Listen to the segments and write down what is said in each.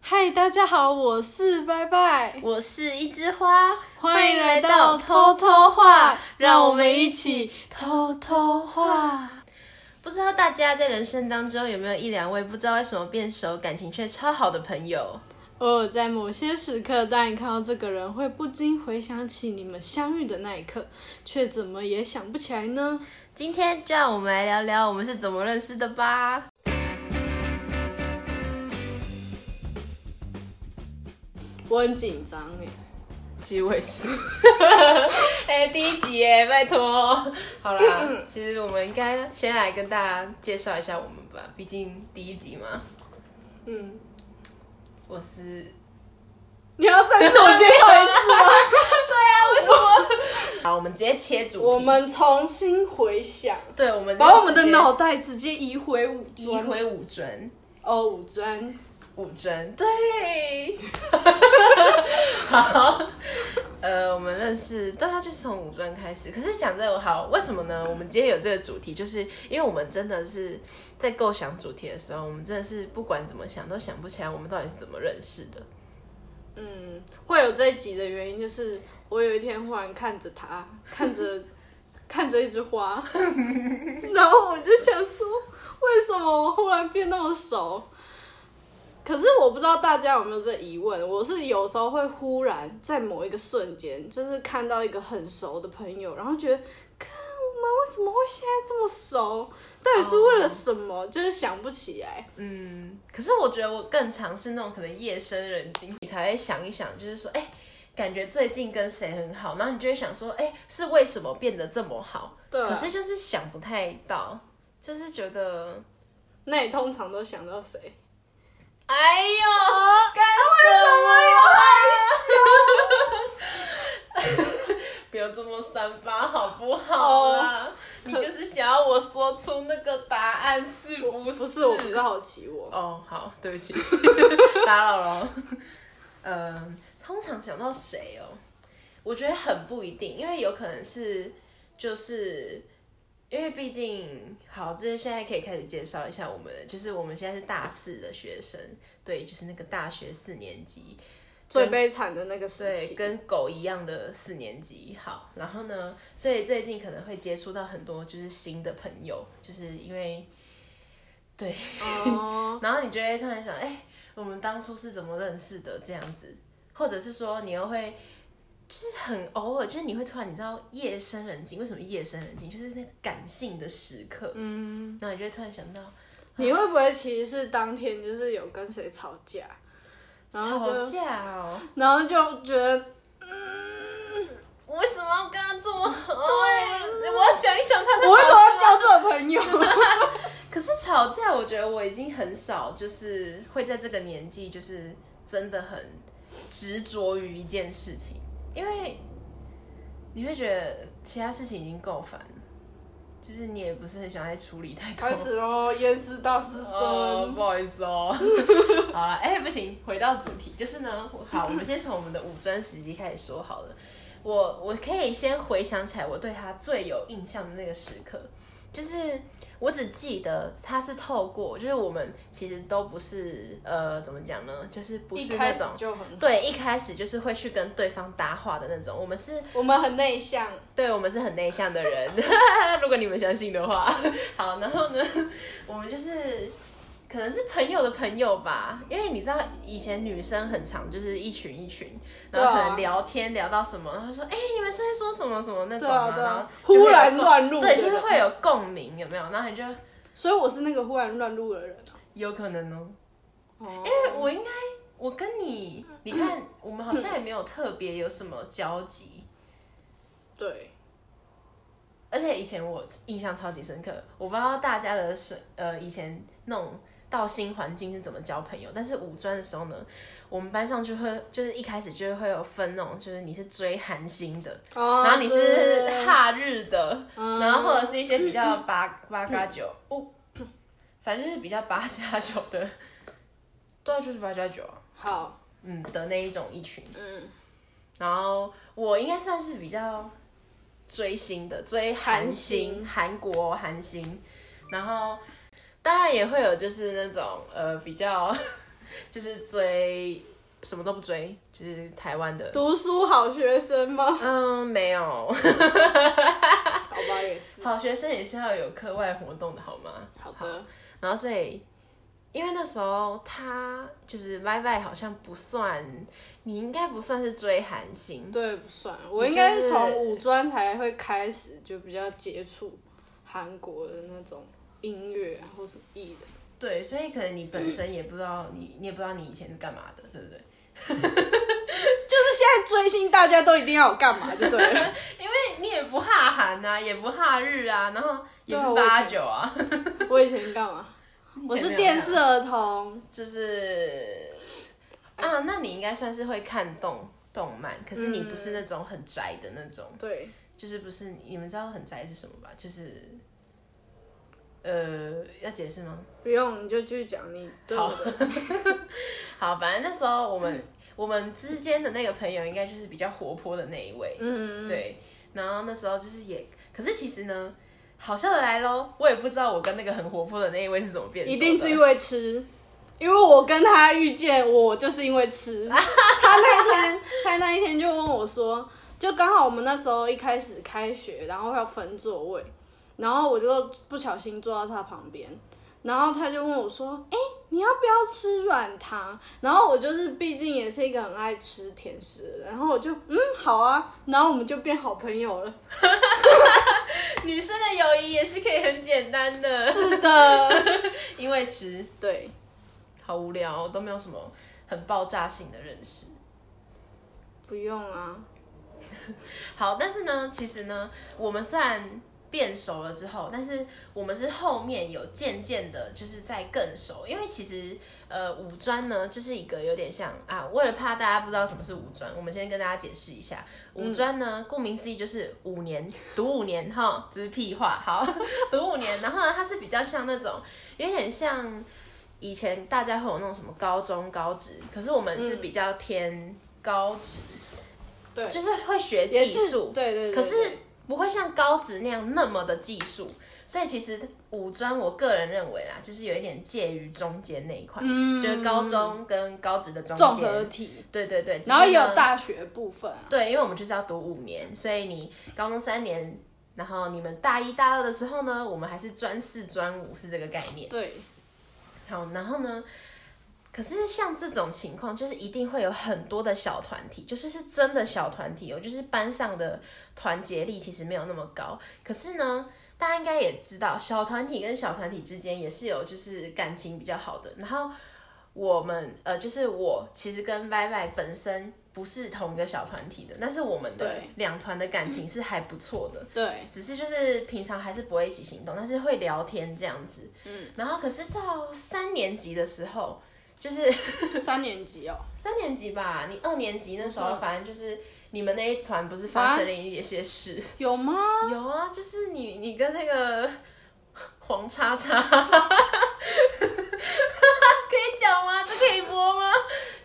嗨，大家好，我是拜拜，我是一枝花，欢迎来到偷偷话，让我们一起偷偷话。不知道大家在人生当中有没有一两位不知道为什么变熟，感情却超好的朋友？偶尔哦在某些时刻，当你看到这个人，会不禁回想起你们相遇的那一刻，却怎么也想不起来呢？今天就让我们来聊聊我们是怎么认识的吧。我很紧张耶。其实我也是。 哎、第一集哎，拜托。好啦，其实我们应该先来跟大家介绍一下我们吧，毕竟第一集嘛。嗯，我是你要再自我介绍一次吗？啊好，我们直接切主 题。我们重新回想，对，我们把我们的直接脑袋直接移回五移专。回五专。哦，五专。五针，对， 好，呃，我们认识，对啊，就是从五专开始。可是讲这个好，为什么呢？我们今天有这个主题，就是因为我们真的是在构想主题的时候，我们真的是不管怎么想都想不起来我们到底是怎么认识的。嗯，会有这一集的原因就是我有一天忽然看着它，看着 看着一枝花， 然后我就想说，为什么我忽然变那么熟？可是我不知道大家有没有这疑问，我是有时候会忽然在某一个瞬间，就是看到一个很熟的朋友，然后觉得，看我们为什么会现在这么熟？到底是为了什么就是想不起来。嗯，可是我觉得我更尝试那种可能夜深人静，你才会想一想，就是说，哎、感觉最近跟谁很好，然后你就会想说，哎、是为什么变得这么好？对啊可是就是想不太到，就是觉得，那你通常都想到谁？哎呦，干什 么呀？不要这么三八好不好啦哦你就是想要我说出那个答案是不是？不是，我不是好奇我。哦，好，对 不起，打扰了。嗯，通常想到谁哦？我觉得很不一定，因为有可能是就是因为毕竟好，这现在可以开始介绍一下我们了，就是我们现在是大四的学生，对，就是那个大学四年级，最悲惨的那个时对，期。跟狗一样的四年级。好，然后呢，所以最近可能会接触到很多就是新的朋友，就是因为对。哦，然后你就会突然想，哎、我们当初是怎么认识的？这样子，或者是说你又会，就是很偶尔，就是你会突然，你知道夜深人静，为什么夜深人静？就是那个感性的时刻，嗯，然后你就会突然想到你会不会其实是当天就是有跟谁吵架，然后吵就架哦，然后就觉得我为什么要跟他这 么好？对，我要想一想他的我为什么要交这个朋友？可是吵架，我觉得我已经很少，就是会在这个年纪，就是真的很执着于一件事情，因为你会觉得其他事情已经够烦了，就是你也不是很想再处理太 多。开始喽，淹死大师哦，生。不好意思哦。 好了，哎、不行，回到主题，就是 呢，好，我们先从我们的五专时期开始说好了。我我可以先回想起来我对他最有印象的那个时刻，就是我只记得他是透过，就是我们其实都不是呃怎么讲呢，就是不一是那开始种就很，对一开始就是会去跟对方搭话的那种，我们是我们很内向，对我们是很内向的人， 如果你们相信的话。 好，然后呢，我们就是可能是朋友的朋友吧，因为你知道以前女生很常就是一群一群，然对啊后可能聊天聊到什么，然后说哎、你们是在说什么什么那种对啊吗？对然后啊，就会有忽然共乱入，对，就是会有共鸣，有没有？然后你就所以我是那个忽然乱入的人啊。有可能哦，哦因为我应该我跟你，你看我们好像也没有特别有什么交集。对，而且以前我印象超级深刻，我不知道大家的是呃以前那种到新环境是怎么交朋友，但是五专的时候呢，我们班上就会就是一开始就会有分那种，就是你是追韩星的，然然后你是哈日的，嗯然后或者是一些比较八八嘎九，哦，反正就是比较八加九的，对啊，就是八加九啊，好，嗯的那一种一群。嗯，然后我应该算是比较追星的，追韩星、韩国韩星，然后当然也会有就是那种呃比较 就是追什么都不追，就是台湾的。读书好学生吗？嗯，没有， 好吧，也是。好学生也是要有课外活动的好吗？好的，然后所以，因为那时候他就是 Y Y 好像不算，你应该不算是追韩星，对，不算。我应该是从五专才会开始就比较接触韩国的那种音乐啊，或是艺人。对，所以可能你本身也不知道你，你也不知道你以前是干嘛的，对不对？就是现在追星，大家都一定要有干嘛就对 了。因为你也不哈韩啊，也不哈日啊，然后也对啊不我以八前九啊，我以前干啊嘛？我是电视儿童，就是啊，那你应该算是会看动动漫，可是你不是那种很宅的那种，对，就是不是你们知道很宅是什么吧？就是呃，要解释吗？不用你就继续讲你对我的好，反正那时候我们、我们之间的那个朋友，应该就是比较活泼的那一位，嗯，对。然后那时候就是也，可是其实呢，好笑的来喽，我也不知道我跟那个很活泼的那一位是怎么变熟的，一定是因为吃，因为我跟他遇见，我就是因为吃。他那一天，他那一天就问我说，就刚好我们那时候一开始开学，然后要分座位，然后我就不小心坐到他旁边，然后他就问我说，哎、你要不要吃软糖？然后我就是毕竟也是一个很爱吃甜食的人，然后我就嗯好啊，然后我们就变好朋友了。女生的友谊也是可以很简单的，是的，因为吃 对，好无聊哦，都没有什么很爆炸性的认识。不用啊，好，但是呢，其实呢，我们虽然变熟了之后，但是我们是后面有渐渐的，就是在更熟，因为其实呃，五专呢就是一个有点像啊，为了怕大家不知道什么是五专，我们先跟大家解释一下，五专呢，顾名思义就是五年读五年哈，这是屁话，好 读五年，然后呢，它是比较像那种有点像。以前大家会有那种什么高中、高职，可是我们是比较偏高职，嗯对就是会学技也是术，对对对可是对不会像高职那样那么的技术，所以其实五专我个人认为啦，就是有一点介于中间那一块，嗯就是高中跟高职的中综合间，体。对对对，然后也只是有呢大学部分啊，对，因为我们就是要读五年，所以你高中三年，然后你们大一大二的时候呢，我们还是专四专五是这个概念。对，好，然后呢？可是像这种情况，就是一定会有很多的小团体，就是是真的小团体哦，就是班上的团结力其实没有那么高。可是呢，大家应该也知道，小团体跟小团体之间也是有就是感情比较好的。然后我们呃，就是我其实跟 Y Y 本身不是同一个小团体的，但是我们的对两团的感情是还不错的。对，只是就是平常还是不会一起行动，但是会聊天这样子。嗯，然后可是到三年级的时候，就是三年级哦，三年级吧，你二年级那时候，嗯反正就是你们那一团不是发生了一些事？有吗？有啊，就是你你跟那个 黄叉叉， 可以讲吗？这可以播吗？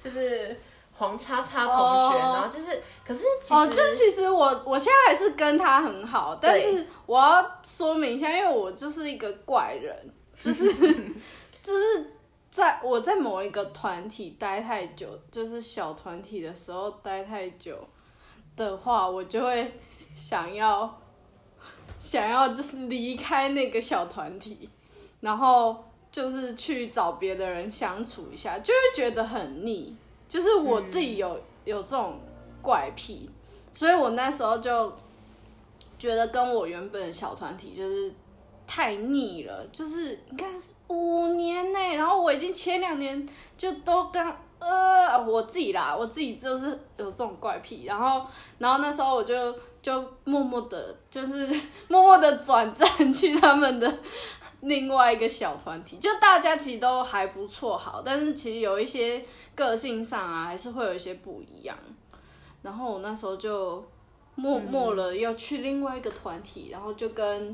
就是黄叉叉同学，哦然后就是，可是其实、哦，就其实我我现在还是跟他很好，但是我要说明一下，因为我就是一个怪人，就是 就是在我在某一个团体待太久，就是小团体的时候待太久的话，我就会想要想要就是离开那个小团体，然后就是去找别的人相处一下，就会觉得很腻。就是我自嗯己有、有这种怪癖，所以我那时候就觉得跟我原本的小团体就是太腻了，就是你看是五年内、然后我已经前两年就都跟呃我自己啦，我自己就是有这种怪癖，然后 然后那时候我就就默默的，就是默默的转战去他们的。另外一个小团体，就大家其实都还不错，好，但是其实有一些个性上啊，还是会有一些不一样。然后我那时候就默默了，要去另外一个团体，然后就跟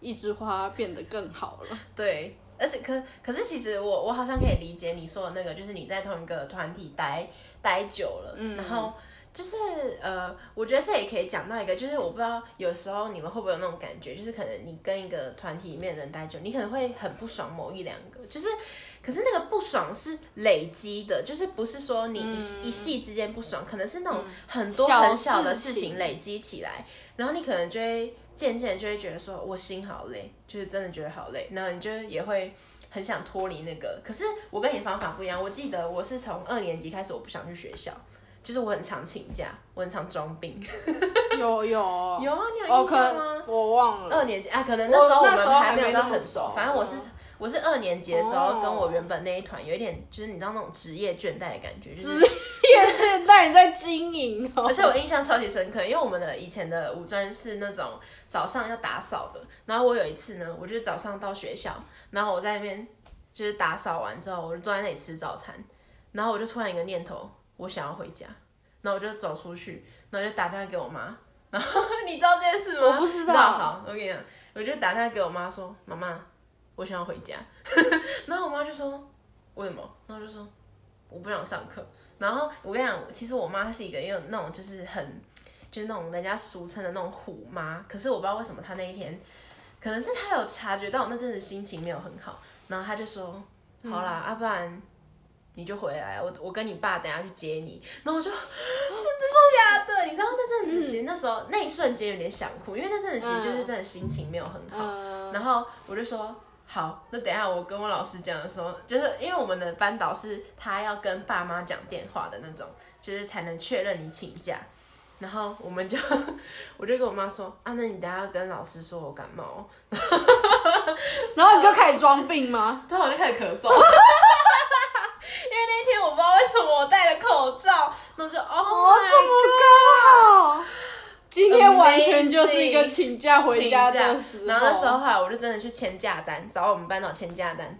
一枝花变得更好了。 对，而且可可是其实我我好像可以理解你说的那个，就是你在同一个团体待待久了，然后。就是呃，我觉得这也可以讲到一个，就是我不知道有时候你们会不会有那种感觉，就是可能你跟一个团体里面的人待久，你可能会很不爽某一两个，就是可是那个不爽是累积的，就是不是说你一、一夕之间不爽，可能是那种很多小很小的事事情情累积起来，然后你可能就会渐渐就会觉得说，我心好累，就是真的觉得好累，然后你就也会很想脱离那个。可是我跟你方法不一样，我记得我是从二年级开始，我不想去学校，就是我很常请假，我很常装病。 有有哦有啊，你有哦，印可象吗？我 忘了。二年级啊，可能那时候我我那时候们还没有没到那么很熟熟，反正我是嗯我是二年级的时哦候，跟我原本那一团有一点就是你知道那种职业倦怠的感觉，就是眼倦怠你在经营哦 而，且我印象超级深刻，因为我们的以前的五专是那种早上要打扫的，然后我有一次呢，我就是早上到学校，然后我在那边就是打扫完之后，我就坐在那里吃早餐，然后我就突然一个念头，我想要回家，然后我就走出去，然后就打电话给我妈， 然后你知道这件事吗？我不知道你好，我跟你讲，我就打电话给我妈说，妈妈，我想要回家， 然后我妈就说为什么？然后我就说我不想上课。然后我跟你讲，其实我妈是一个有那种就是很就是那种人家俗称的那种虎妈，可是我不知道为什么她那一天，可能是她有察觉到我那阵子心情没有很好，然后她就说好啦，要、不然。你就回来，我我跟你爸等下去接你，然后我就 真的假嗯的？你知道那阵子其实那时候、那一瞬间有点想哭，因为那阵子其实就是真的心情没有很好，嗯，然后我就说好，那等一下我跟我老师讲的时候，就是因为我们的班导是他要跟爸妈讲电话的那种，就是才能确认你请假。然后我们就， 我就跟我妈说啊，那你等一下要跟老师说我感冒哦，然后你就呃开始装病吗？对，我就开始咳嗽。 因为那一天我不知道为什么我戴了口罩，那我就哦哦，，这么刚好，啊今天完全就是一个 Oh Amazing 请假回家的时候。然后那时候后来我就真的去签假单，找我们班导签假单。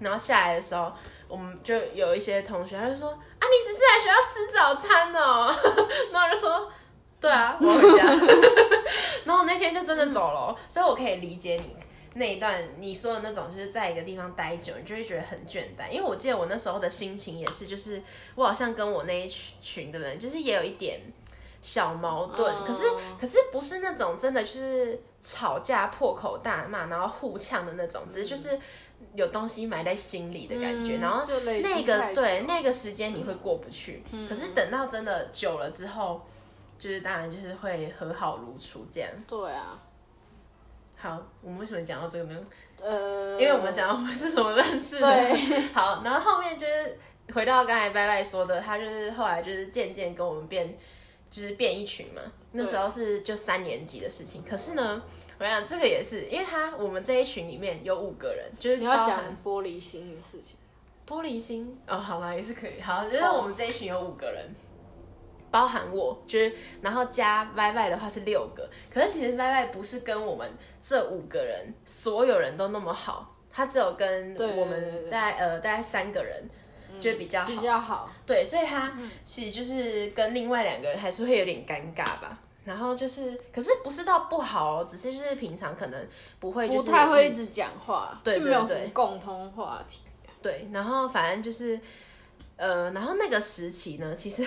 然后下来的时候，我们就有一些同学，他就说：“啊，你只是来学校吃早餐哦。” 然后我就说：“对啊， 我回家。”然后我那天就真的走了哦，所以我可以理解你那一段你说的那种，就是在一个地方待久，你就会觉得很倦怠。因为我记得我那时候的心情也是，就是我好像跟我那一群群的人，就是也有一点小矛盾，哦可是可是不是那种真的就是吵架破口大骂，然后互呛的那种，只是就是有东西埋在心里的感觉，嗯然后就累积那个太久嗯对那个时间你会过不去，可是等到真的久了之后，就是当然就是会和好如初这样。 对啊，好，我们为什么讲到这个呢？呃，因为我们讲到我们是怎么认识的。对， 好，然后后面就是回到刚才拜拜说的，他就是后来就是渐渐跟我们变，就是变一群嘛。那时候是就三年级的事情，可是呢，我想这个也是，因为他我们这一群里面有五个人，就是你要包含讲玻璃心的事情。玻璃心哦，好啦，也是可以。好，就是哦我们这一群有五个人，包含我，就是然后加 Y Y 的话是六个。可是其实 Y Y 不是跟我们这五个人所有人都那么好，他只有跟对我对对们对嗯大概呃大概三个人。就比较好，比较好，对，所以他其实就是跟另外两个人还是会有点尴尬吧。然后就是，可是不是到不好哦，只是就是平常可能不会、就不是嗯太会一直讲话，对就没有对什对么共通话题。对，然后反正就是，呃，然后那个时期呢，其 实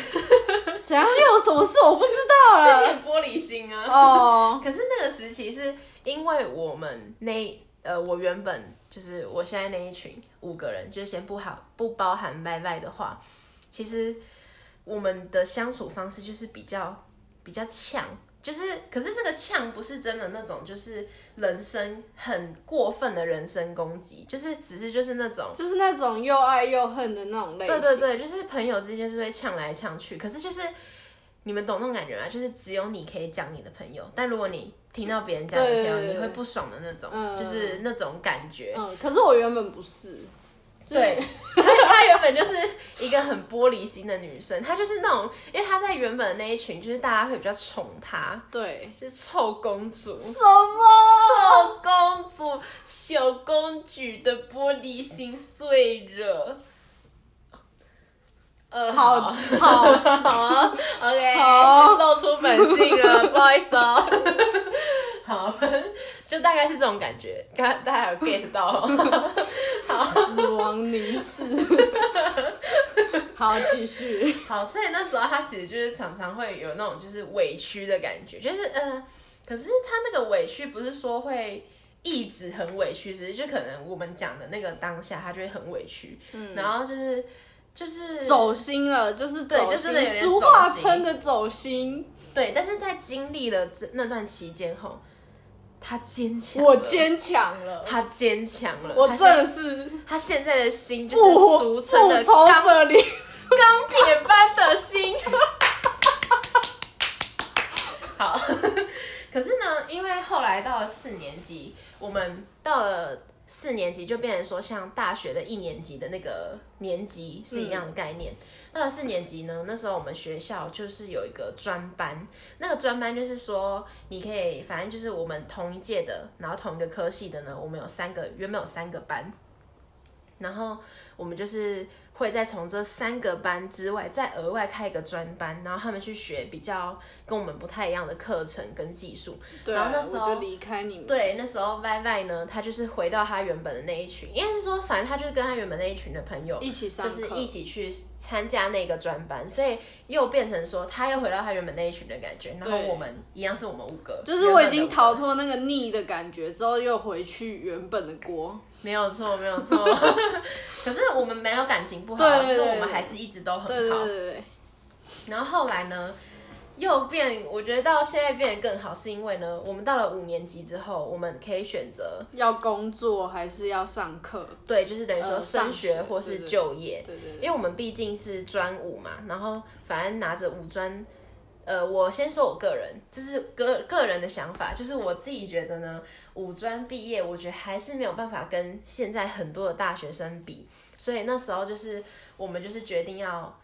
怎样又有什么事我不知道有 了。点玻璃心啊。哦，可是那个时期是因为我们那呃，我原本就是我现在那一群五个人，就先不好不包含拜拜的话，其实我们的相处方式就是比较比较呛。就是，可是这个呛不是真的那种，就是人身很过分的人身攻击，就是只是就是那种就是那种又爱又恨的那种类型。对对对，就是朋友之间是会呛来呛去，可是就是你们懂那种感觉吗？就是只有你可以讲你的朋友，但如果你听到别人讲你的朋对对友，对你会不爽的那种，嗯就是那种感觉。嗯，可是我原本不是。就是对，她她原本就是一个很玻璃心的女生，她就是那种，因为她在原本的那一群，就是大家会比较宠她，对，就是臭公主。什么？臭公主、小公举的玻璃心碎了。呃，好好好，好啊，OK，好露出本性了， 不好意思哦。好，反正就大概是这种感觉，刚刚大家有 get 到哦。 死亡凝视。 好，继续。 好，所以那时候他其实就是常常会有那种就是委屈的感觉，就是呃，可是他那个委屈不是说会一直很委屈，只是就可能我们讲的那个当下，他就会很委屈，嗯，然后就是就是走心了，就是走对就真的心，有点俗走话心称的走心。对，但是在经历了这那段期间后，他坚强了，我坚强了，他坚强了，我他真现的是他现在的心就复是活俗复称的仇钢者联钢铁般的心。好，可是呢，因为后来到了四年级，我们到了四年级就变成说，像大学的一年级的那个年级是一样的概念。到了四年级呢，那时候我们学校就是有一个专班，那个专班就是说，你可以反正就是我们同一届的，然后同一个科系的呢，我们有三个，原本有三个班，然后我们就是会再从这三个班之外再额外开一个专班，然后他们去学比较跟我们不太一样的课程跟技术。对，啊然后那时候我就离开你们。对，那时候 Y Y 呢，他就是回到他原本的那一群，应该是说，反正他就是跟他原本那一群的朋友一起上就课是一起去参加那个专班，所以又变成说，他又回到他原本那一群的感觉。然后对我们一样是我们五个，就是我已原本的五经个逃脱那个腻的感觉之后，又回去原本的锅。没有错，没有 错。可是我们没有感情不好，对对对所以我们对还是一直都很好。对对对对然后后来呢，又变，我觉得到现在变得更好，是因为呢，我们到了五年级之后，我们可以选择，对，要工作还是要上课？对，就是等于说呃升上学学或是对对对就业。对对因为我们毕竟是专五嘛，然后反正拿着五专，呃，我先说我个人，这是个个人的想法，就是我自己觉得呢，五专毕业，我觉得还是没有办法跟现在很多的大学生比，所以那时候就是我们就是决定要，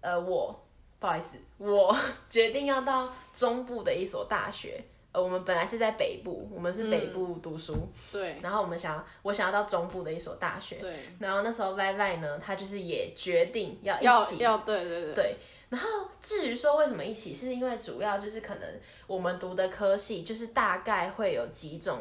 呃，我不好意思，我决定要到中部的一所大学。呃，我们本来是在北部，我们是北部读书，对然后我们想要，我想要到中部的一所大学对，对，然后那时候 Y Y 呢，他就是也决定要一要起。要对对对，对，然后至于说为什么一起，是因为主要就是可能我们读的科系就是大概会有几种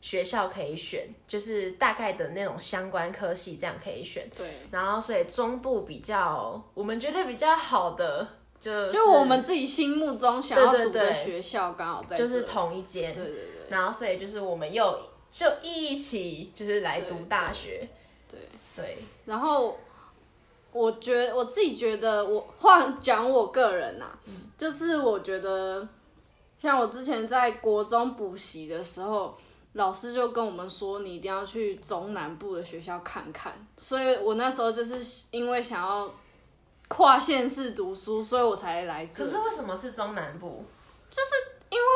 学校可以选，就是大概的那种相关科系这样可以选。对，然后所以中部比较，我们觉得比较好的就是就我们自己心目中想要呃对对读对的学校，刚好在就这是里同一间，对对对然后所以就是我们又就一起就是来对读对大学，对。对，然后我觉我自己觉得我，换讲我个人呐、嗯就是我觉得，像我之前在国中补习的时候，老师就跟我们说，你一定要去中南部的学校看看。所以我那时候就是因为想要跨县市读书，所以我才来这。可是为什么是中南部？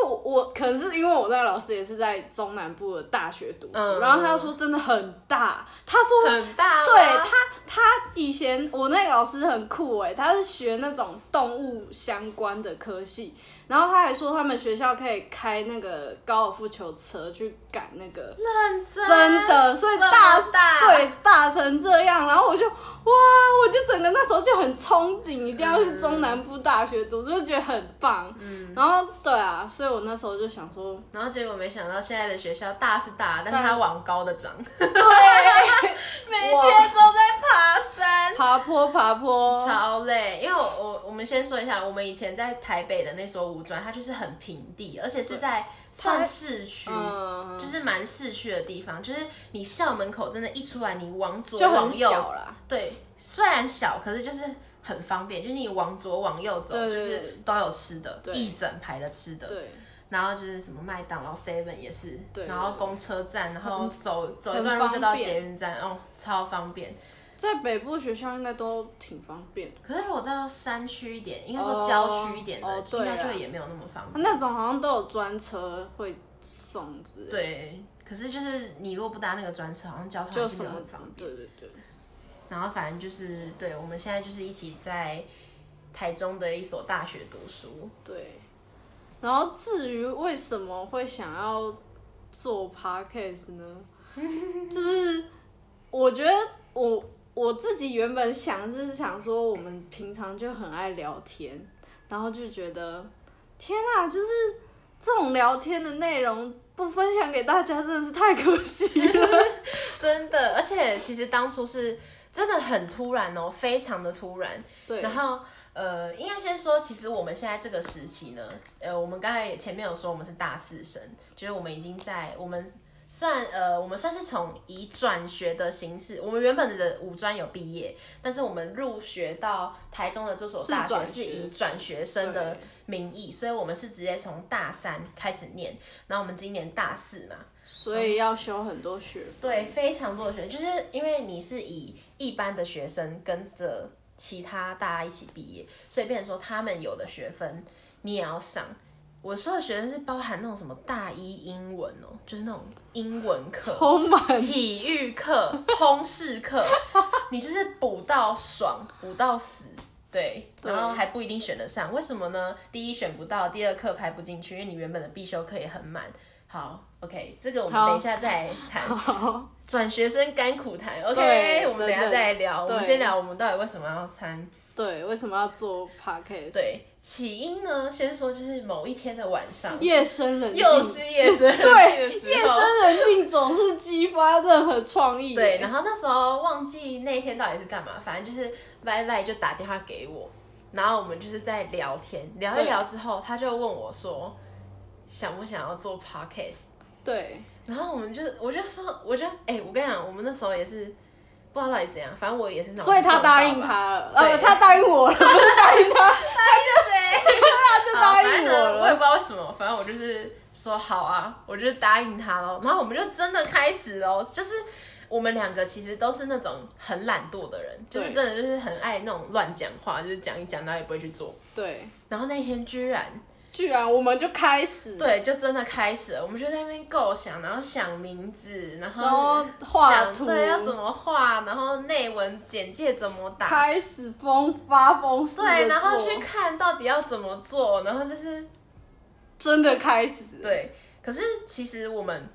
我我可能是因为我那个老师也是在中南部的大学读书，嗯然后他说真的很大，他说很大 吗，对他他以前我那个老师很酷哎、他是学那种动物相关的科系，然后他还说他们学校可以开那个高尔夫球车去赶那个，认真真的，所以大这么大对大成这样，然后我就哇，我就整个那时候就很憧憬，一定要去中南部大学读，就觉得很棒。嗯，然后对啊，所以我那时候就想 说，然后结果没想到现在的学校大是大，但是它往高的长，对， 每天都在爬山。爬坡爬坡，超累，因为我我我们先说一下，我们以前在台北的那所五专，它就是很平地，而且是在算市区，嗯，就是蛮市区的地方，就是你校门口真的，一出来你往左就往很右，小啦。对，虽然小，可是就是很方便，就是你往左往右走，对对就是都有吃的，对一整排的吃的，对，然后就是什么麦当劳、Seven 也是，对然后公车站，然后走走一很段路就到方便捷运站，哦，超方便。在北部学校应该都挺方便的，可是如果到山区一点，应该说郊区一点的，哦哦应对啊该就也没有那么方便。那种好像都有专车会送之哦类的，对，可是就是你如果不搭那个专车，好像交通就还是什没有么很方便。对对对，然后反正就是，对我们现在就是一起在台中的一所大学读书。对。然后至于为什么会想要做 podcast 呢？ 就是我觉得我我自己原本想就是想说，我们平常就很爱聊天，然后就觉得天啊，就是这种聊天的内容不分享给大家真的是太可惜了。 真的，而且其实当初是真的很突然哦，非常的突然。对，然后呃，应该先说，其实我们现在这个时期呢，呃，我们刚才也前面有说我们是大四生，就是我们已经在我们算呃，我们算是从以转学的形式，我们原本的五专有毕业，但是我们入学到台中的这所是大学转是以学生转学生的对名义，所以我们是直接从大三开始念，然后我们今年大四嘛，所以要修很多学分。对，非常多的学生，就是因为你是以一般的学生跟着其他大家一起毕业，所以变成说他们有的学分你也要上。我说的学生是包含那种什么大一英文哦，就是那种英文课、充满体育课、通识课， 你就是补到爽，补到死。对，对然后还不一定选得上，为什么呢？第一选不到，第二课排不进去，因为你原本的必修课也很满。好，OK，这个我们好等一下再谈。 好，转学生甘苦谈，OK，对我们等一下等等再聊。我们对先聊我们到底为什么要参。对，为什么要做 podcast？，对，起因呢，先说就是某一天的晚上，夜深人静，又是夜深人静对的时候夜深人静总是激发任何创意。对，然后那时候忘记那一天到底是干嘛，反正就是歪歪就打电话给我，然后我们就是在聊天，聊一对聊之后，他就问我说，想不想要做 podcast？对，然后我们就，我就说，我就，哎、我跟你讲，我们那时候也是不知道到底怎样，反正我也是脑子所以他撞到答应吧他了，对呃，他答应我了，不是答应他，他就 好答反正应呢我我也了。不知道为什么，反正我就是说好啊，我就答应他喽。然后我们就真的开始喽，就是我们两个其实都是那种很懒惰的人，就是对真的就是很爱那种乱讲话，就是讲一讲，然后也不会去做。对，然后那天居然居然我们就开始，，对，就真的开始了，我们就在那边构想，然后想名字，然后然后画想图对，要怎么画，然后内文简介怎么打，开始疯发疯似的对，然后做去看到底要怎么做，然后就是真的开始，对，可是其实我们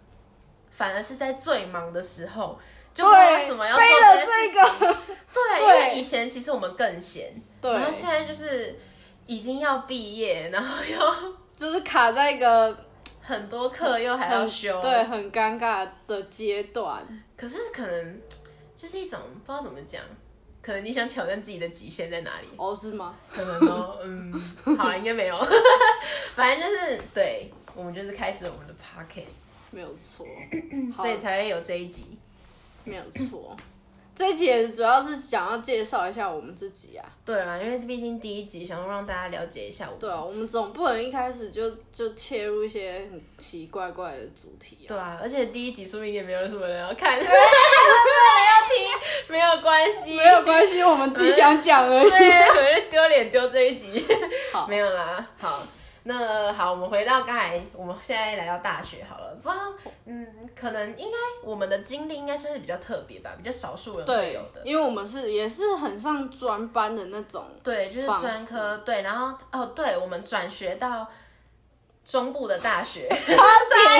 反而是在最忙的时候，就不知道为对，什么要做背了件这事情。个， 对，因对为以前其实我们更闲，然后现对，在就是已经要毕业，然后又 就是卡在一个很多课又还要很修，对，很尴尬的阶段。可是可能就是一种不知道怎么讲。可能你想挑战自己的极限在哪里？哦，是吗？可能哦，嗯，好了，应该没有。 反正就是对，我们就是开始我们的 podcast，没有 错，好所以才会有这一集。没有错。 这一集也主要是想要介绍一下我们自己啊，对啦，因为毕竟第一集想要让大家了解一下我们。对啊，我们总不能一开始就就切入一些很奇怪怪的主题啊。对啊，而且第一集说明也没有什么人要看，没有人要听，没有关系，没有关系，我们自己想讲而 已。对，我就丢脸丢这一集。好没有啦，好。那好，我们回到刚才，我们现在来到大学好了。不知道，嗯，可能应该我们的经历应该算是比较特别吧，比较少数人会对有的，。因为我们是也是很像专班的那种，对，就是方专式科，对，然后哦，对，我们转学到中部的大学， 差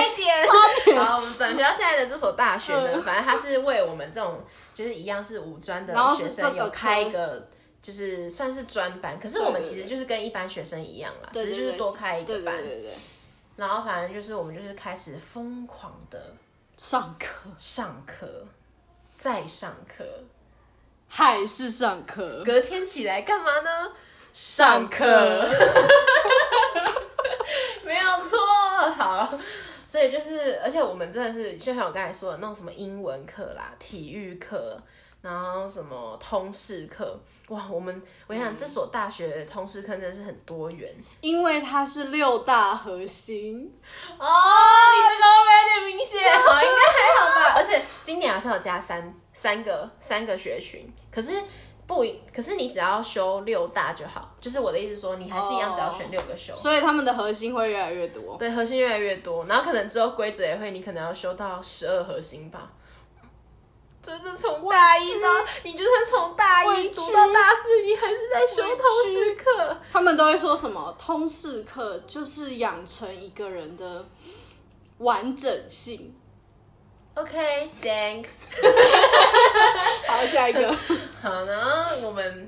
一点，差点。嗯好，我们转学到现在的这所大学呢，反正它是为我们这种就是一样是五专的然后是学生这个有开一个。就是算是专班，可是我们对对其实对就是跟一般学生一样啦，对只对是就是对多开一对个对班。对对对，然后反正就是我们就是开始疯狂的上课上课，再上课，还是上课，隔天起来干嘛呢？上课，没有错， 好。所以就是，而且我们真的是，就像我刚才说的，那种什么英文课啦、体育课，然后什么通识课，哇，我们我想这所大学的通识课真的是很多元 因为它是六大核心。哦。你这个会不会有点明显？好，应该还好吧。而且今年好像有加三三个三个学群，可是不一，可是你只要修六大就好。就是我的意思说，你还是一样，只要选六个修。所以他们的核心会越来越多。对，核心越来越多，然后可能之后规则也会，你可能要修到十二核心吧。真的从大一到你就算从大一委读屈到大四，你还是在修委通识课。他们都会说什么通识课就是养成一个人的完整性。 OK，thanks、好，下一个，好，然后我们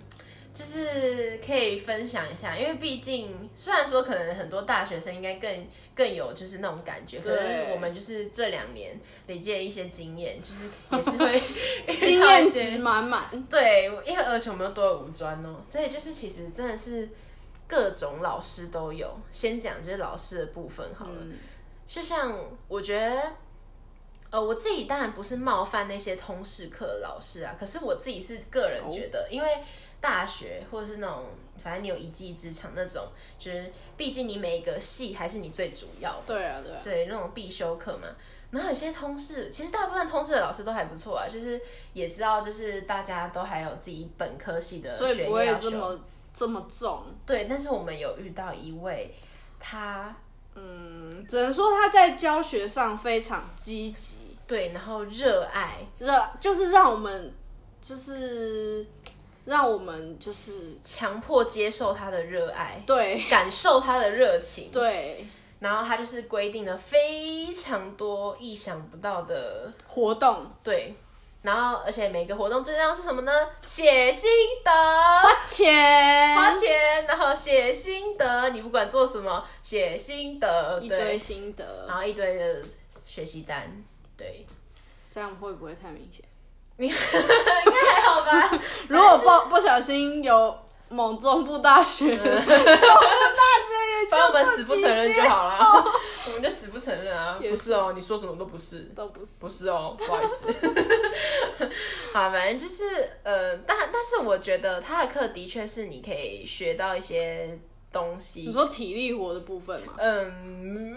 就是可以分享一下，因为毕竟虽然说可能很多大学生应该更更有就是那种感觉，可是对我们就是这两年累积了一些经验，就是也是会 遇 经到一验些值满满。对，因为而且我们又多了五专哦，所以就是其实真的是各种老师都有。先讲就是老师的部分好了，嗯，就像我觉得呃，我自己当然不是冒犯那些通识课的老师啊，可是我自己是个人觉得，因为大学或者是那种，反正你有一技之长那种，就是毕竟你每一个系还是你最主要的，对啊，对啊，对那种必修课嘛。然后有些通识，其实大部分通识的老师都还不错啊，就是也知道，就是大家都还有自己本科系的所学以业不会要这修。么这么重。对，但是我们有遇到一位，他嗯只能说他在教学上非常积极，对，然后热爱热就是让我们就是让我们就是强迫接受他的热爱，对感受他的热情。对然后他就是规定了非常多意想不到的活动对，然后而且每个活动最重要是什么呢？写心得，花钱花钱，然后写心得，你不管做什么，写心得，一堆对，心得，然后一堆的学习单，对，这样会不会太明显？你 应该还好吧？如果不不小心有某中部大学，中部大学也 反正我们就这死不承认几就间好了， 我们就死不承认啊！也不是哦，你说什么都不是。都不是。不是哦，不好意思。 好，反正就是呃，但但是我觉得他的课的确是你可以学到一些东你西。说体力活的部分吗？嗯，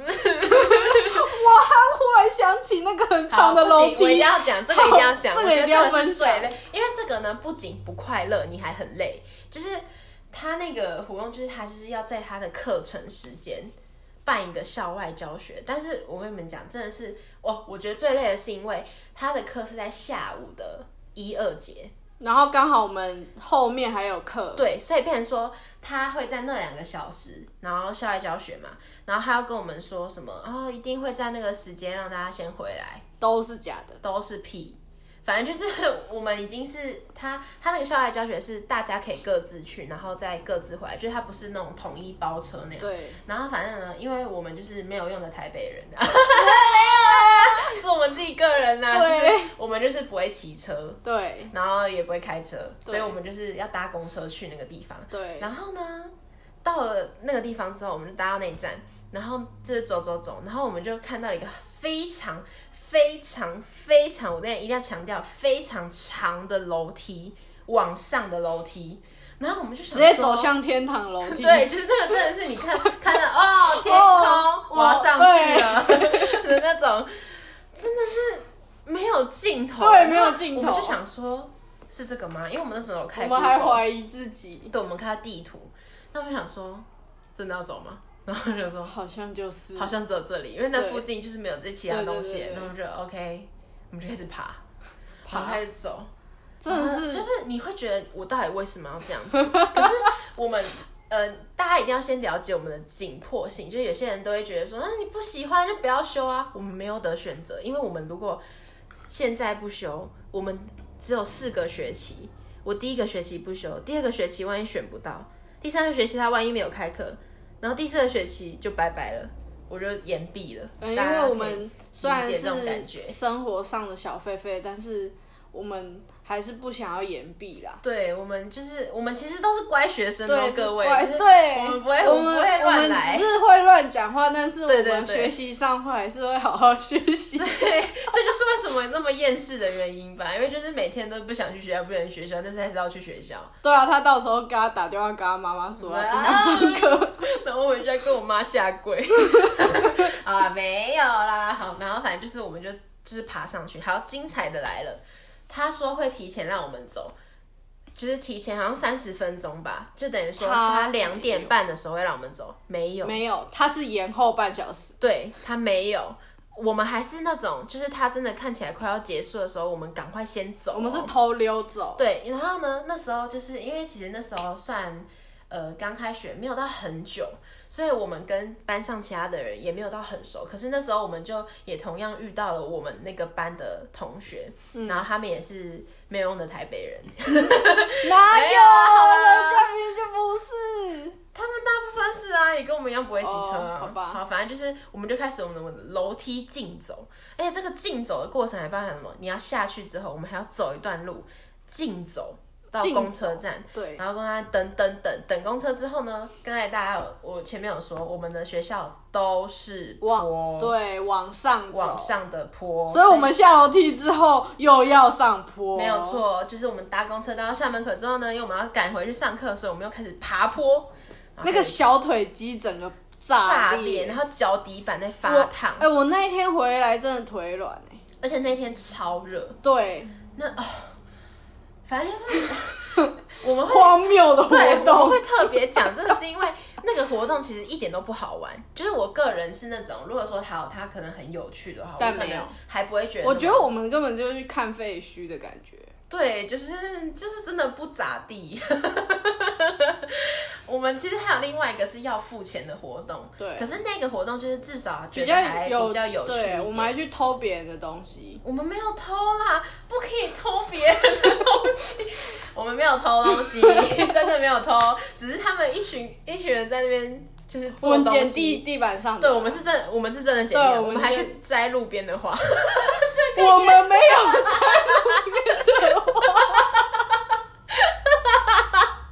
忽然想起那个很好，长的不楼行，我一定梯，要讲，这个一定要讲，好我这个觉一得定要这个是分享最累，因为这个呢不仅不快乐，你还很累。就是他那个活动，就是他就是要在他的课程时间办一个校外教学，但是我跟你们讲，真的是我我觉得最累的是因为他的课是在下午的一二节，然后刚好我们后面还有课，对，所以变成说他会在那两个小时，然后校外教学嘛，然后他要跟我们说什么，哦，一定会在那个时间让大家先回来，都是假的。都是屁。反正就是 我们已经是他他那个校外教学是大家可以各自去，然后再各自回来，就是他不是那种统一包车那样。对，然后反正呢，因为我们就是没有用的台北人、 啊，是我们自己个人呐、啊，就啊对是我们就是不会骑车，对，然后也不会开车，所以对我们就是要搭公车去那个地方。对，然后呢，到了那个地方之后，我们就搭到那一站，然后就是走走走，然后我们就看到一个非常非常非常，我那一定要强调非常长的楼梯，往上的楼梯，然后我们就直想接说走。向天堂楼梯。对，就是那个真的是你看看到哦，天空、哦我要上去了的那种，真的是没有尽头，对然后没有尽头我们就想说，是这个吗？因为我们那时候有我开们还 Google 怀疑自己，对，我们看到地图，那我们想说，真的要走吗？然后就说，好像就是好像只有这里，因为那对附近就是没有这其他东西对对对。对那我们就 OK，我们就开始爬，爬爬开始走，真的，然后呃就是是你会觉得我到底为什么要这样子？ 可是我们。呃，大家一定要先了解我们的紧迫性，就是有些人都会觉得说，那、你不喜欢就不要修啊。我们没有得选择，因为我们如果现在不修，我们只有四个学期。我第一个学期不修，第二个学期万一选不到，第三个学期他万一没有开课，然后第四个学期就拜拜了，我就延毕了。嗯，因大家为可以我们虽然理解这种感觉是生活上的小狒狒，但是我们还是不想要言毕啦。对我们就是我们其实都是乖学生哦对，，各位，乖就是对，我们不会，我我们不会我乱们来 只。是会乱讲话，但是我对对们对学习上会还是会好好学习。对，这就是为什么你这么厌世的原因吧，因为就是每天都不想去学校，不想去学校，但是还是要去学校。 对啊，他到时候跟他打电话，跟他妈妈说他不啊想上课。然后我就在跟我妈下跪。 啊，没有啦，好，然后反正就是我们就就是爬上去，好，精彩的来了。他说会提前让我们走，就是提前好像三十分钟吧，就等于说是他他两点半的时候会让我们走，没有，没有，他是延后半小时。对他没有。我们还是那种，就是他真的看起来快要结束的时候，我们赶快先走哦、我们是偷溜走，对，然后呢，那时候就是因为其实那时候算呃刚开学，没有到很久，所以我们跟班上其他的人也没有到很熟。可是那时候我们就也同样遇到了我们那个班的同学，嗯然后他们也是没有用的台北人，哪没有啊人家明明就不是。他们大部分是啊，也跟我们一样不会骑车哦啊。好吧好，反正就是我们就开始我们的楼梯竞走，而且这个竞走的过程还包含什么？你要下去之后，我们还要走一段路，竞走。到竞公车走站，对，然后跟他等等等等公车之后呢，刚才大家有我前面有说，我们的学校都是坡，往对往上走，往上的坡，所以我们下楼梯之后又要上坡，没有。错，就是我们搭公车到校门口之后呢，因为我们要赶回去上课，所以我们又开始爬坡，那然后开个始小腿肌整个炸炸裂，然后脚底板在发我烫哎、，我那一天回来真的腿软哎、而且那天超热， 对，那哦，啊反正就是 我们会荒谬的活对，我动会，特别讲这个，是因为那个活动其实一点都不好玩。就是我个人是那种，如果说好，它可能很有趣的话，我但可没有能还不会觉得。我觉得我们根本就是去看废墟的感觉。对，就是就是真的不咋地。 我们其实还有另外一个是要付钱的活动，对可是那个活动就是至少比觉得较还有比较有趣一对，点。我们还去偷别人的东西，我们没有偷啦，不可以偷别人的东西。我们没有偷 东西，真的没有偷，只是他们一群一群人在那边就是我做们东捡地西。地板上的，对，我们是真的，我们是真的捡地对的，我我们们还是去摘路边的花。 我们没有在 路边的话，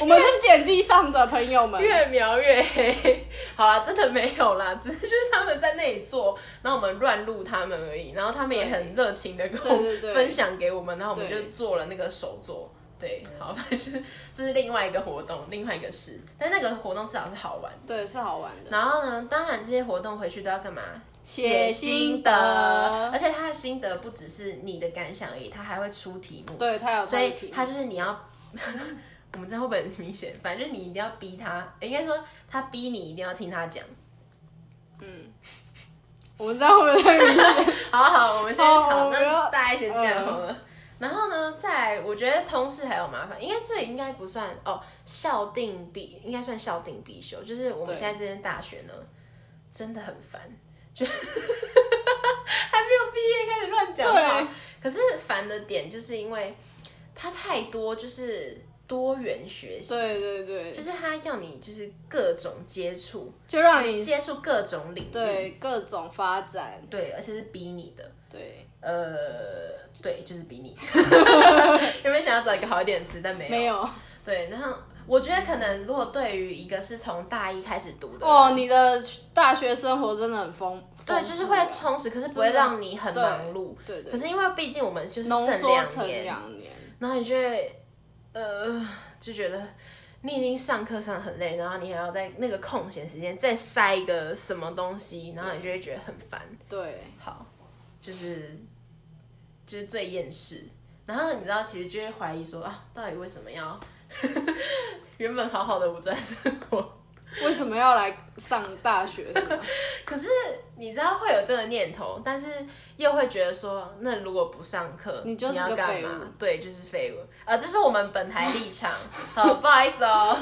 我们是捡地上的朋友们，越描越黑。好啦，真的没有啦， 只是就是他们在那里做，然后我们乱录他们而已，然后他们也很热情的跟我对对们对分享给我们，然后我们对就做了那个手作。对，好，反正就是这是另外一个活动，另外一个事，但那个活动至少是好玩的。对，是好玩的。然后呢，当然这些活动回去都要干嘛？写心得而且他的心得不只是你的感想而已，他还会出题目。对，他有所所以他就是你要， 我们这样会不会很明显？反正你一定要逼他，应该说他逼你一定要听他讲。我们知道我们在明 显好好，我们先好好，我们那要大家先这样嗯好了。然后呢，在我觉得通识还有麻烦，应该这应该不算哦，校定必应该算校定必修，就是我们对现在这间大学呢，真的很烦，就 还没有毕业开始乱讲对话。可是烦的点就是因为它太多，就是多元学习，对对对，就是他要你就是各种接触，就让你接触各种领域，对各种发展，对，而且是逼你的，对，呃，对，就是逼 你。 有没有想要找一个好一点的词？但没有。没有对，然后我觉得可能如果对于一个是从大一开始读的，哦，你的大学生活真的很丰，对，丰富啊就是会充实，可是不会真的让你很忙碌。对对可是因为毕竟我们就是浓剩缩两成年，两年，然后你就会呃就觉得你已经上课上得很累，然后你还要在那个空闲时间再塞一个什么东西，然后你就会觉得很烦。对，好，就是就是最厌世。然后你知道，其实就会怀疑说啊，到底为什么要 原本好好的五专生活？为什么要来上大学？是吗？可是你知道会有这个念头，但是又会觉得说，那如果不上课，你就是要个干废嘛物？对，就是废物。呃，这是我们本台立场，好，不好意思 哦。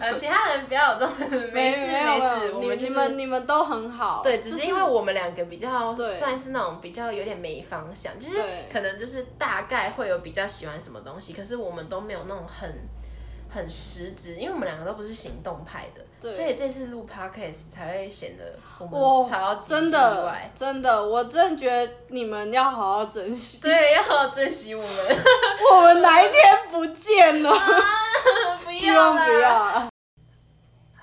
呃，其他人不要有这种， 没事没有没没事，有我你们就是你们你们都很好，对，就只是因为我们两个比较对算是那种比较有点没方向，就是对可能就是大概会有比较喜欢什么东西，可是我们都没有那种很很实质，因为我们两个都不是行动派的，对所以这次录 podcast 才会显得我我们超级哦真意的外。真的，我真的觉得你们要好好珍惜。对，要好好珍惜我们， 我们哪一天不见了？不希望啦不要。啊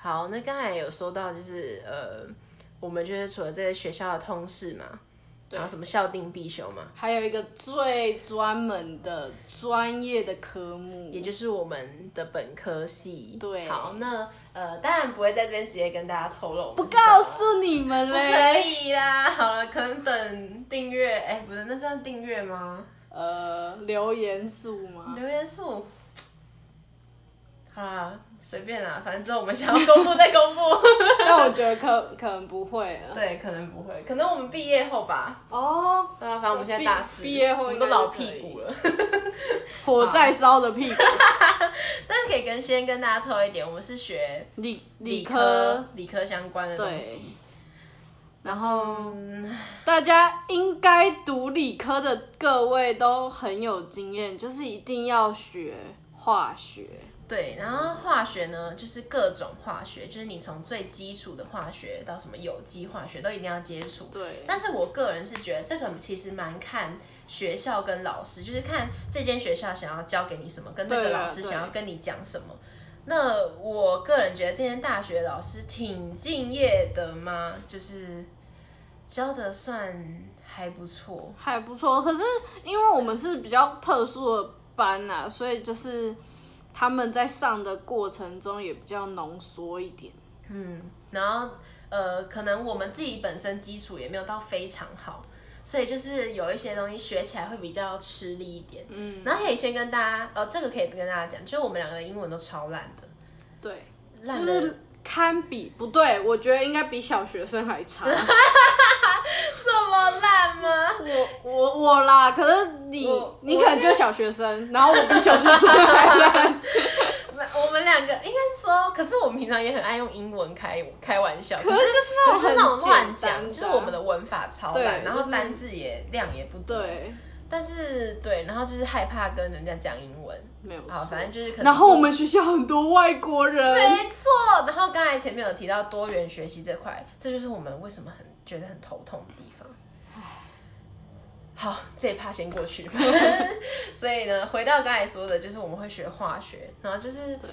好，那刚才有说到，就是呃，我们就是除了这个学校的通识嘛，然后什么校定必修嘛，还有一个最专门的专业的科目，也就是我们的本科系。对好，那呃，当然不会在这边直接跟大家透露，不告，诉你们不可嘞。以啦。好了，可能等订阅，哎、不是，那算订阅吗？呃，留言数吗？ 留言数。好啦，随便啦，反正之后我们想要公布 再公布。但我觉得可可能不会啊了。对，可能不会，可能我们毕业后吧。哦，对啊，反正我们现在大四，毕毕业后我们应都该老就可以屁股了。火在烧的屁股， 但是可以跟先跟大家透露一点，我们是学理理理科，理科相关的东对西。然后嗯，大家应该读理科的各位都很有经验，就是一定要学化学。对，然后化学呢，就是各种化学，就是你从最基础的化学到什么有机化学都一定要接触。对，但是我个人是觉得这个其实蛮看学校跟老师，就是看这间学校想要教给你什么，跟那个对啊老师对想要跟你讲什么。那我个人觉得这间大学老师挺敬业的嘛，就是教的算还不错。还不错。可是因为我们是比较特殊的班呐、所以就是他们在上的过程中也比较浓缩一点。嗯，然后呃，可能我们自己本身基础也没有到非常好，所以就是有一些东西学起来会比较吃力一点。嗯，然后可以先跟大家，呃，这个可以跟大家讲，就是我们两个英文都超烂的，对，烂就的是堪比不对，我觉得应该比小学生还差。这么烂吗？我我我啦，可是你我你我可能就是小学生，然后我比小学生还 烂。我我们两个应该是说，可是我们平常也很爱用英文开开玩笑，可是就是那可种是那很种乱简单讲，的就是我们的文法超对烂，然后就是单字也量也不多，对，但是对，然后就是害怕跟人家讲英文。没有好，错反正就是可能。然后我们学校很多外国人，没错，然后刚才前面有提到多元学习这块，这就是我们为什么很觉得很头痛的地方。好，这一趴先过去。 所以呢，回到刚才说的，就是我们会学化学，然后就是对，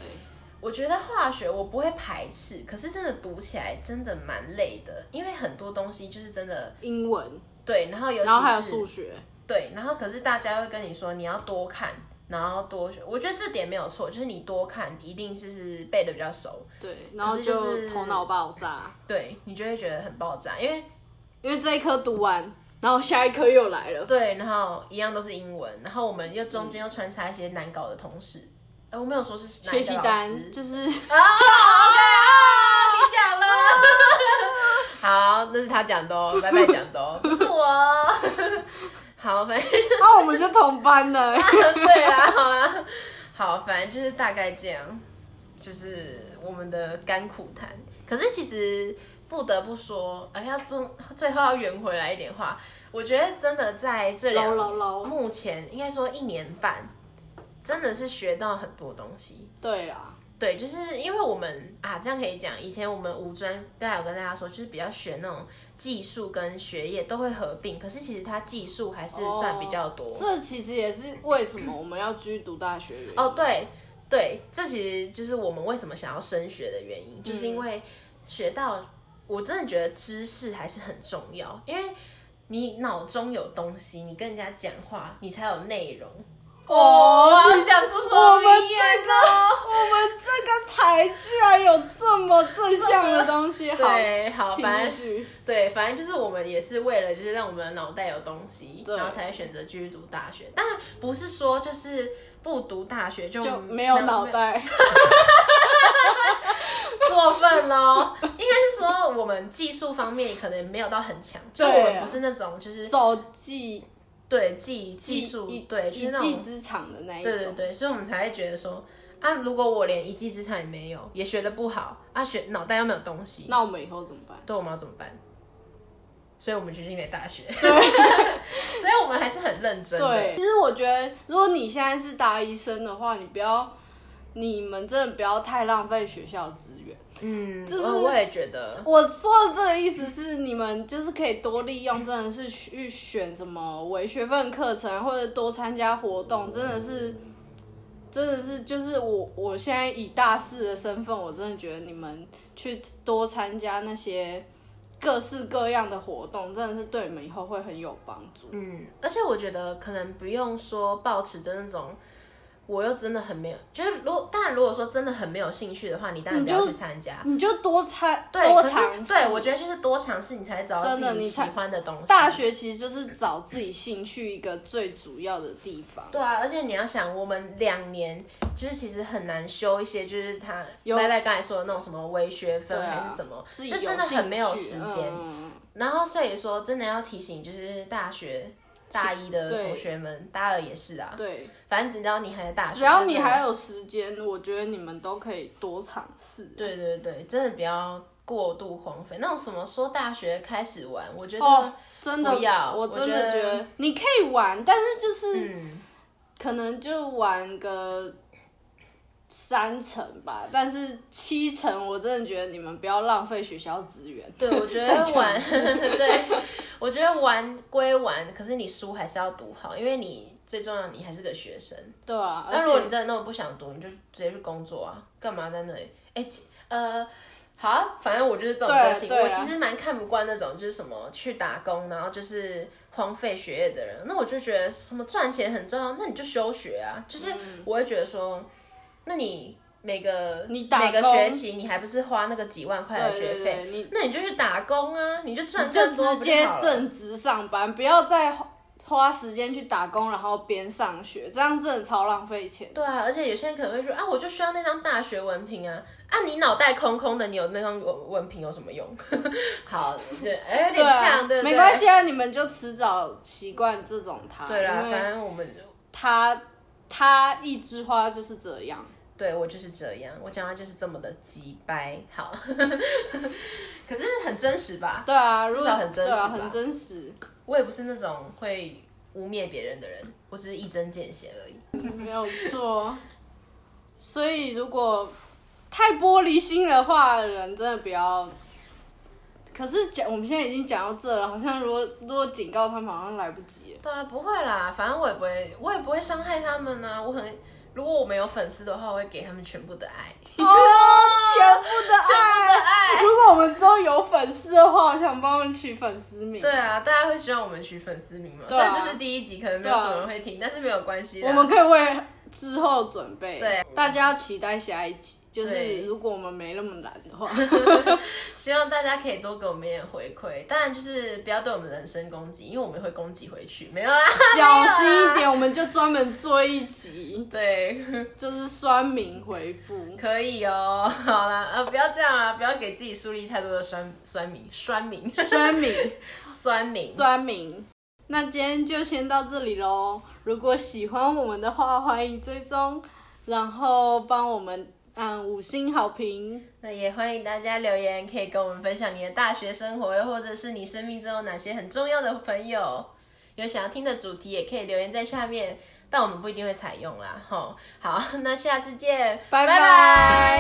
我觉得化学我不会排斥，可是真的读起来真的蛮累的，因为很多东西就是真的英文，对，然后尤其然后还有是数学，对，然后可是大家会跟你说你要多看，然后多学，我觉得这点没有错，就是你多看一定是是背的比较熟，对，然后可是就就是头脑爆炸，对你就会觉得很爆炸，因为因为这一科读完，然后下一科又来了。对，然后一样都是英文，然后我们又中间又穿插一些难搞的同事，哎、我没有说是哪学一习个老单师 就是啊，OK 啊，你讲了， 好，那是他讲的哦，拜拜讲的哦， 不是我哦， 好，反正那我们就同班的，对啦，好啦，好，反正就是大概这样，就是我们的甘苦谈。可是其实不得不说，哎、要中最后要圆回来一点话，我觉得真的在这两捞捞捞目前应该说一年半，真的是学到很多东西。 对啊啦，对，就是因为我们啊，这样可以讲，以前我们五专刚才有跟大家说，就是比较学那种技术跟学业都会合并，可是其实它技术还是算比较多。哦这其实也是为什么我们要继续读大学原因哦，对对，这其实就是我们为什么想要升学的原因，就是嗯因为学到，我真的觉得知识还是很重要，因为你脑中有东西，你跟人家讲话，你才有内容。哦我要讲出什么我们名这言个呢？我们这个台居然有这么正向的东西，好，对，好，请反继正续。对，反正就是我们也是为了就是让我们的脑袋有东西，对然后才选择继续读大学。当然不是说就是不读大学就就没有脑袋，过分喽，应该是说我们技术方面可能没有到很强，就对啊我们不是那种就是走技对技技术一对，就是一那技种之长的那一对对种。对，所以我们才会觉得说啊，如果我连一技之长也没有，也学的不好啊，学脑袋又没有东西，那我们以后怎么办？对我们要怎么办？所以我们决定没大学， 所以我们还是很认真对，的。其实我觉得，如果你现在是大医生的话，你不要，你们真的不要太浪费学校资源。嗯，就是我我也觉得，我说的这个意思是，你们就是可以多利用，真的是去选什么为学分课程，或者多参加活嗯动，真的是，真的是，就是我我现在以大四的身份，我真的觉得你们去多参加那些各式各样的活动，真的是对你们以后会很有帮助。嗯，而且我觉得可能不用说保持着那种，我又真的很没有，就是如果当然如果说真的很没有兴趣的话，你当然你不就要去参加。你就多参啊对，多可是尝试，对我觉得就是多尝试，你才找到真的自己你喜才欢的东西。大学其实就是找自己兴趣一个最主要的地方。对啊，而且你要想，我们两年就是其实很难修一些，就是他有拜拜刚才说的那种什么微学分对啊还是什么，自己就真的兴很没有趣时嗯间。嗯嗯然后所以说，真的要提醒就是大学大一的对同学们，大二也是啊，对，反正只要你还在大学，只要那你真的还有时间，我觉得你们都可以多尝试。对对对，真的不要过度荒废。那种什么说大学开始玩，我觉得、哦，真的不要我真我的觉觉得得你可以玩，但是就是嗯，可能就玩个三成吧，但是七成我真的觉得你们不要浪费学校资源。对，我觉 再得讲玩， 对，我觉得玩归玩，可是你书还是要读好，因为你最重要，你还是个学生。对啊，而那如果且你真的那么不想读，你就直接去工作啊，干嘛在那里？哎、其呃，好啊，反正我就是这种对个性。对啊我其实蛮看不惯那种就是什么去打工，然后就是荒废学业的人。那我就觉得什么赚钱很重要，那你就休学啊。就是我会觉得说，那你每个嗯你打每个工学期你还不是花那个几万块的对学对费？对你那你就去打工啊，你就赚就更多直不接好了正职上班，不要再花花时间去打工，然后边上学，这样真的超浪费钱。对啊，而且有些人可能会说啊，我就需要那张大学文凭啊，啊，你脑袋空空的，你有那张文文凭有什么用？ 好，对，哎，有点呛，对不对，没关，系啊，你们就迟早习惯这种他，对啦，因反为正我们，他他一枝花就是这样。对我就是这样，我讲话就是这么的鸡掰，好， 可是很真实吧？对啊，至如果少很真实对啊，吧很真实。我也不是那种会污蔑别人的人，我只是一针见血而已。没有错。所以如果太玻璃心的话，人真的不要。可是讲我们现在已经讲到这了，好像如果如果警告他们，好像来不及了。对啊，不会啦，反正我也不会，我也不会伤害他们呢、我很，如果我没有粉丝的话，我会给他们全部的爱。哦，全部的爱，如果我们之后有粉丝的话，我想帮他们取粉丝名。对，啊，大家会希望我们取粉丝名嘛？虽对啊然这是第一集，可能没有对啊什么人会听，但是没有关系啦。我们可以为之后准备。对，大家要期待下一集。就对是如果我们没那么懒的话，希望大家可以多给我们一点回馈，当然就是不要对我们人身攻击，因为我们会攻击回去。没 有啦，小心一点，我们就专门做一集，对，就是酸民回复。 可以哦。好啦，呃，不要这样啦，不要给自己树立太多的酸酸民、酸民、酸民， 酸民。酸民。那今天就先到这里喽。如果喜欢我们的话，欢迎追踪，然后帮我们按五星好评。那也欢迎大家留言，可以跟我们分享你的大学生活，又或者是你生命中有哪些很重要的朋友。有想要听的主题，也可以留言在 下面，但我们不一定会采用啦。吼，好，那下次见，拜拜拜